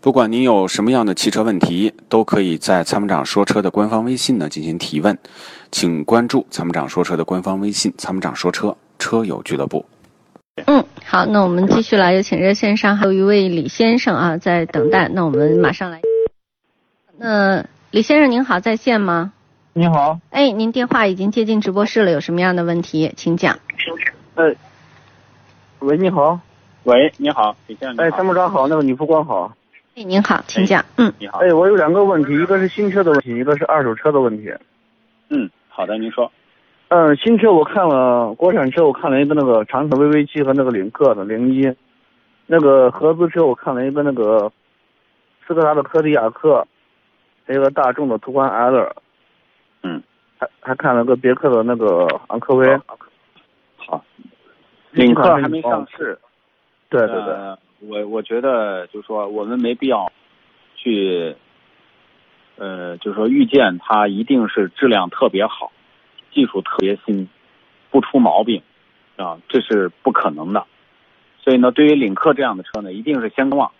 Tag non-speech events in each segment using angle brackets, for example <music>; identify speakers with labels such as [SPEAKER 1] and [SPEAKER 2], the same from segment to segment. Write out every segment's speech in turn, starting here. [SPEAKER 1] 不管您有什么样的汽车问题，都可以在参谋长说车的官方微信呢进行提问，请关注参谋长说车的官方微信“参谋长说车车友俱乐部”。
[SPEAKER 2] 嗯，好，那我们继续来，有请热线上还有一位李先生啊，在等待。那我们马上来。那李先生您好，在线吗？
[SPEAKER 3] 你好，
[SPEAKER 2] 哎，您电话已经接进直播室了，有什么样的问题请讲。
[SPEAKER 3] 呃，喂，你好，
[SPEAKER 4] 喂，你好，李先生，
[SPEAKER 3] 哎，参谋长好，那个女副官好，
[SPEAKER 2] 哎，您好，请讲。嗯，
[SPEAKER 4] 你好，
[SPEAKER 3] 哎，我有两个问题，一个是新车的问题，一个是二手车的问题。
[SPEAKER 4] 嗯，好的，您说，
[SPEAKER 3] 嗯，新车我看了，国产车我看了一个那个长城 VV 七和那个领克的零一，那个合资车我看了一个那个斯柯达的柯迪亚克，还有个大众的途观 L，
[SPEAKER 4] 嗯，
[SPEAKER 3] 还还看了个别克的那个昂科威，
[SPEAKER 4] 好，
[SPEAKER 3] 领
[SPEAKER 4] 领
[SPEAKER 3] 克
[SPEAKER 4] 克
[SPEAKER 3] 还
[SPEAKER 4] 还
[SPEAKER 3] 没
[SPEAKER 4] 没
[SPEAKER 3] 上
[SPEAKER 4] 上市，
[SPEAKER 3] 对对对，
[SPEAKER 4] 呃我我觉得就是说我们没必要去，呃，就是说预见它一定是质量特别好，技术特别新，不出毛病，啊，这是不可能的。所以呢，对于领克这样的车呢，一定是先观望。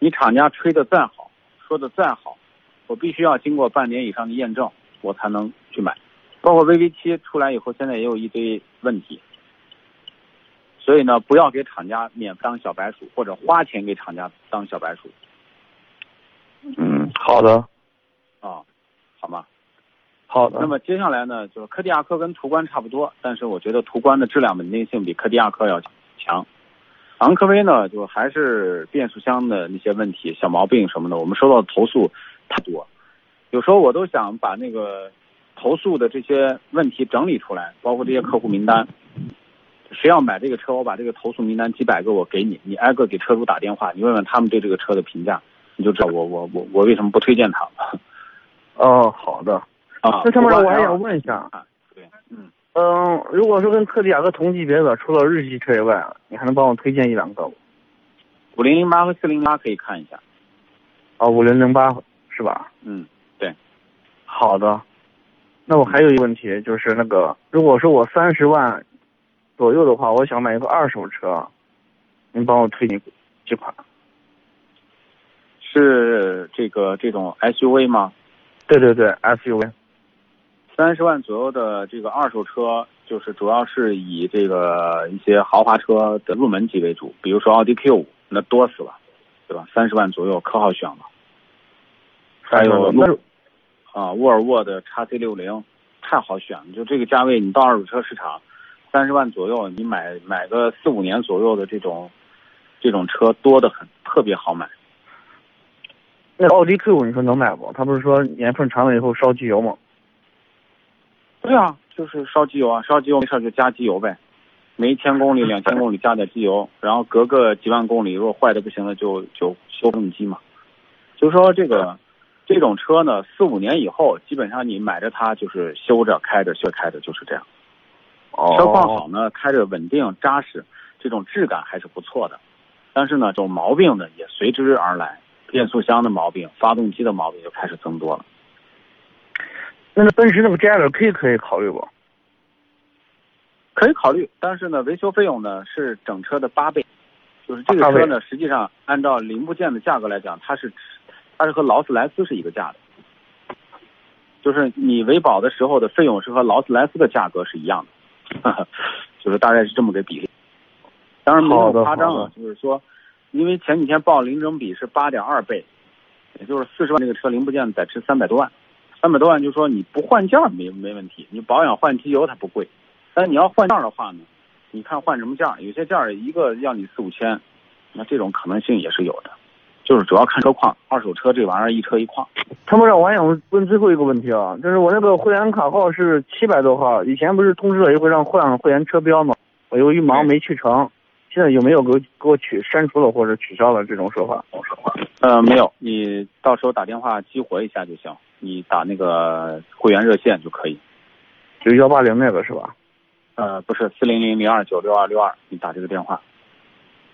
[SPEAKER 4] 你厂家吹的再好，说的再好，我必须要经过半年以上的验证，我才能去买。包括 VV 七出来以后，现在也有一堆问题。所以呢，不要给厂家免费当小白鼠，或者花钱给厂家当小白鼠
[SPEAKER 3] 嗯，好的，
[SPEAKER 4] 啊，好吗？
[SPEAKER 3] 好的，
[SPEAKER 4] 那么接下来呢，就是柯迪亚克跟途观差不多，但是我觉得途观的质量稳定性比柯迪亚克要强。昂科威呢，就还是变速箱的那些问题、小毛病什么的，我们收到的投诉太多，有时候我都想把那个投诉的这些问题整理出来，包括这些客户名单。谁要买这个车，我把这个投诉名单几百个我给你，你挨个给车主打电话，你问问他们对这个车的评价，你就知道我我我我为什么不推荐它了
[SPEAKER 3] 哦，好的，
[SPEAKER 4] 啊。
[SPEAKER 3] 那参谋长
[SPEAKER 4] 途
[SPEAKER 3] 我
[SPEAKER 4] 观
[SPEAKER 3] 还
[SPEAKER 4] 啊
[SPEAKER 3] 想问一下，
[SPEAKER 4] 对，嗯，
[SPEAKER 3] 嗯，如果说跟柯迪亚克同级别的，除了日系车以外，你还能帮我推荐一两个吗？
[SPEAKER 4] 五零零八和四零八可以看一下。
[SPEAKER 3] 啊，五零零八是吧？
[SPEAKER 4] 嗯，
[SPEAKER 3] 好的。那我还有一个问题，就是那个，如果说我三十万左右的话，我想买一个二手车，您帮我推荐几款？
[SPEAKER 4] 是这个这种 SUV 吗？
[SPEAKER 3] 对对对，SUV。
[SPEAKER 4] 三十万左右的这个二手车，就是主要是以这个一些豪华车的入门级为主，比如说奥迪 Q 五，那多死了，对吧？三十万左右可好选了还有
[SPEAKER 3] 那如
[SPEAKER 4] 啊，沃尔沃的 x C 六零太好选了，就这个价位，你到二手车市场，三十万左右，你买买个四五年左右的这种这种车多得很，特别好买。
[SPEAKER 3] 那奥迪 Q 五，你说能买不？他不是说年份长了以后烧机油吗？
[SPEAKER 4] 对啊，就是烧机油啊，烧机油没事儿就加机油呗，每一千公里、两千公里加点机油，然后隔个几万公里，如果坏的不行了就就修发动机嘛。就说这个这种车呢，四五年以后，基本上你买着它就是修着、开着、学开着，就是这样。
[SPEAKER 3] 哦
[SPEAKER 4] 车况好呢，开着稳定扎实，这种质感还是不错的。但是呢，这种毛病呢也随之而来，变速箱的毛病、发动机的毛病就开始增多了。
[SPEAKER 3] 那那奔驰那个 GLK 可以考虑不？
[SPEAKER 4] 可以考虑，但是呢，维修费用呢是整车的八倍，就是这个车呢，实际上按照零部件的价格来讲，它是它是和劳斯莱斯是一个价的，就是你维保的时候的费用是和劳斯莱斯的价格是一样的， <laughs> 就是大概是这么个比例。当然没
[SPEAKER 3] 好
[SPEAKER 4] 有
[SPEAKER 3] 的
[SPEAKER 4] 夸张
[SPEAKER 3] 好
[SPEAKER 4] 啊
[SPEAKER 3] 的，
[SPEAKER 4] 就是说，因为前几天报零整比是八点二倍，也就是四十万这个车零部件得值三百多万，三百多万就说你不换件儿没没问题，你保养换机油它不贵，但你要换件儿的话呢，你看换什么件儿？有些件儿一个要你四五千，那这种可能性也是有的，就是主要看车况，二手车这玩意儿一车一况。
[SPEAKER 3] 参谋长，我还想问最后一个问题啊，就是我那个会员卡号是七百多号，以前不是通知了一回让换会员车标吗？我由于忙
[SPEAKER 4] 嗯
[SPEAKER 3] 没去成，现在有没有给我给我取删除了或者取消了这种说法？
[SPEAKER 4] 呃，没有，你到时候打电话激活一下就行，你打那个会员热线就可以。
[SPEAKER 3] 就幺八零那个是吧？
[SPEAKER 4] 呃，不是四零零零二九六二六二，你打这个电话，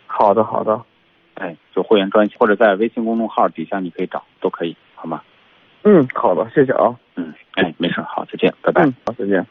[SPEAKER 3] 好的，好的，
[SPEAKER 4] 哎，就会员专线，或者在微信公众号底下你可以找，都可以，好吗？
[SPEAKER 3] 嗯，好的，谢谢啊，
[SPEAKER 4] 嗯，哎，没事儿，好，再见，拜拜。
[SPEAKER 3] 嗯，好，再见。